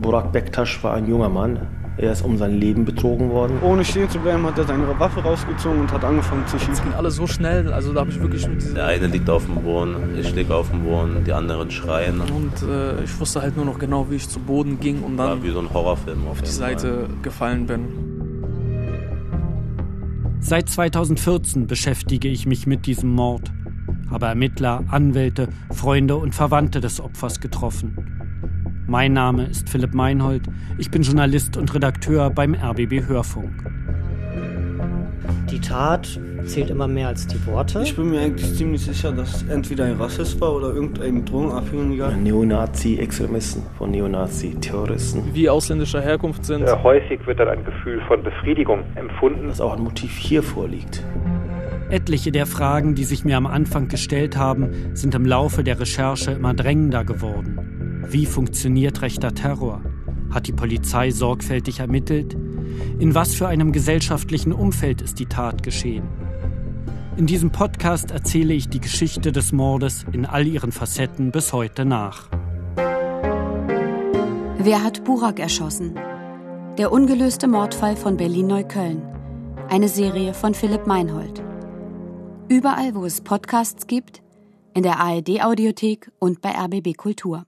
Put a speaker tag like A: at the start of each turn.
A: Burak Bektasch war ein junger Mann. Er ist um sein Leben betrogen worden.
B: Ohne stehen zu bleiben, hat er seine Waffe rausgezogen und hat angefangen zu schießen.
C: Es ging alles so schnell, also da habe ich wirklich mit diesen...
D: Der eine liegt auf dem Boden, ich liege auf dem Boden, die anderen schreien.
C: Und äh, ich wusste halt nur noch genau, wie ich zu Boden ging und
D: War
C: dann
D: wie so ein Horrorfilm
C: auf die Seite gefallen bin.
E: Seit 2014 beschäftige ich mich mit diesem Mord. Habe Ermittler, Anwälte, Freunde und Verwandte des Opfers getroffen. Mein Name ist Philipp Meinhold. Ich bin Journalist und Redakteur beim RBB Hörfunk.
F: Die Tat zählt immer mehr als die Worte.
B: Ich bin mir eigentlich ziemlich sicher, dass es entweder ein Rassist war oder irgendein Drogenabhängiger.
A: Neonazi-Extremisten, von Neonazi-Terroristen.
C: Wie ausländischer Herkunft sind.
G: Äh, häufig wird dann ein Gefühl von Befriedigung empfunden.
A: Dass auch ein Motiv hier vorliegt.
E: Etliche der Fragen, die sich mir am Anfang gestellt haben, sind im Laufe der Recherche immer drängender geworden. Wie funktioniert rechter Terror? Hat die Polizei sorgfältig ermittelt? In was für einem gesellschaftlichen Umfeld ist die Tat geschehen? In diesem Podcast erzähle ich die Geschichte des Mordes in all ihren Facetten bis heute nach.
H: Wer hat Burak erschossen? Der ungelöste Mordfall von Berlin-Neukölln. Eine Serie von Philipp Meinhold. Überall, wo es Podcasts gibt, in der ARD-Audiothek und bei RBB Kultur.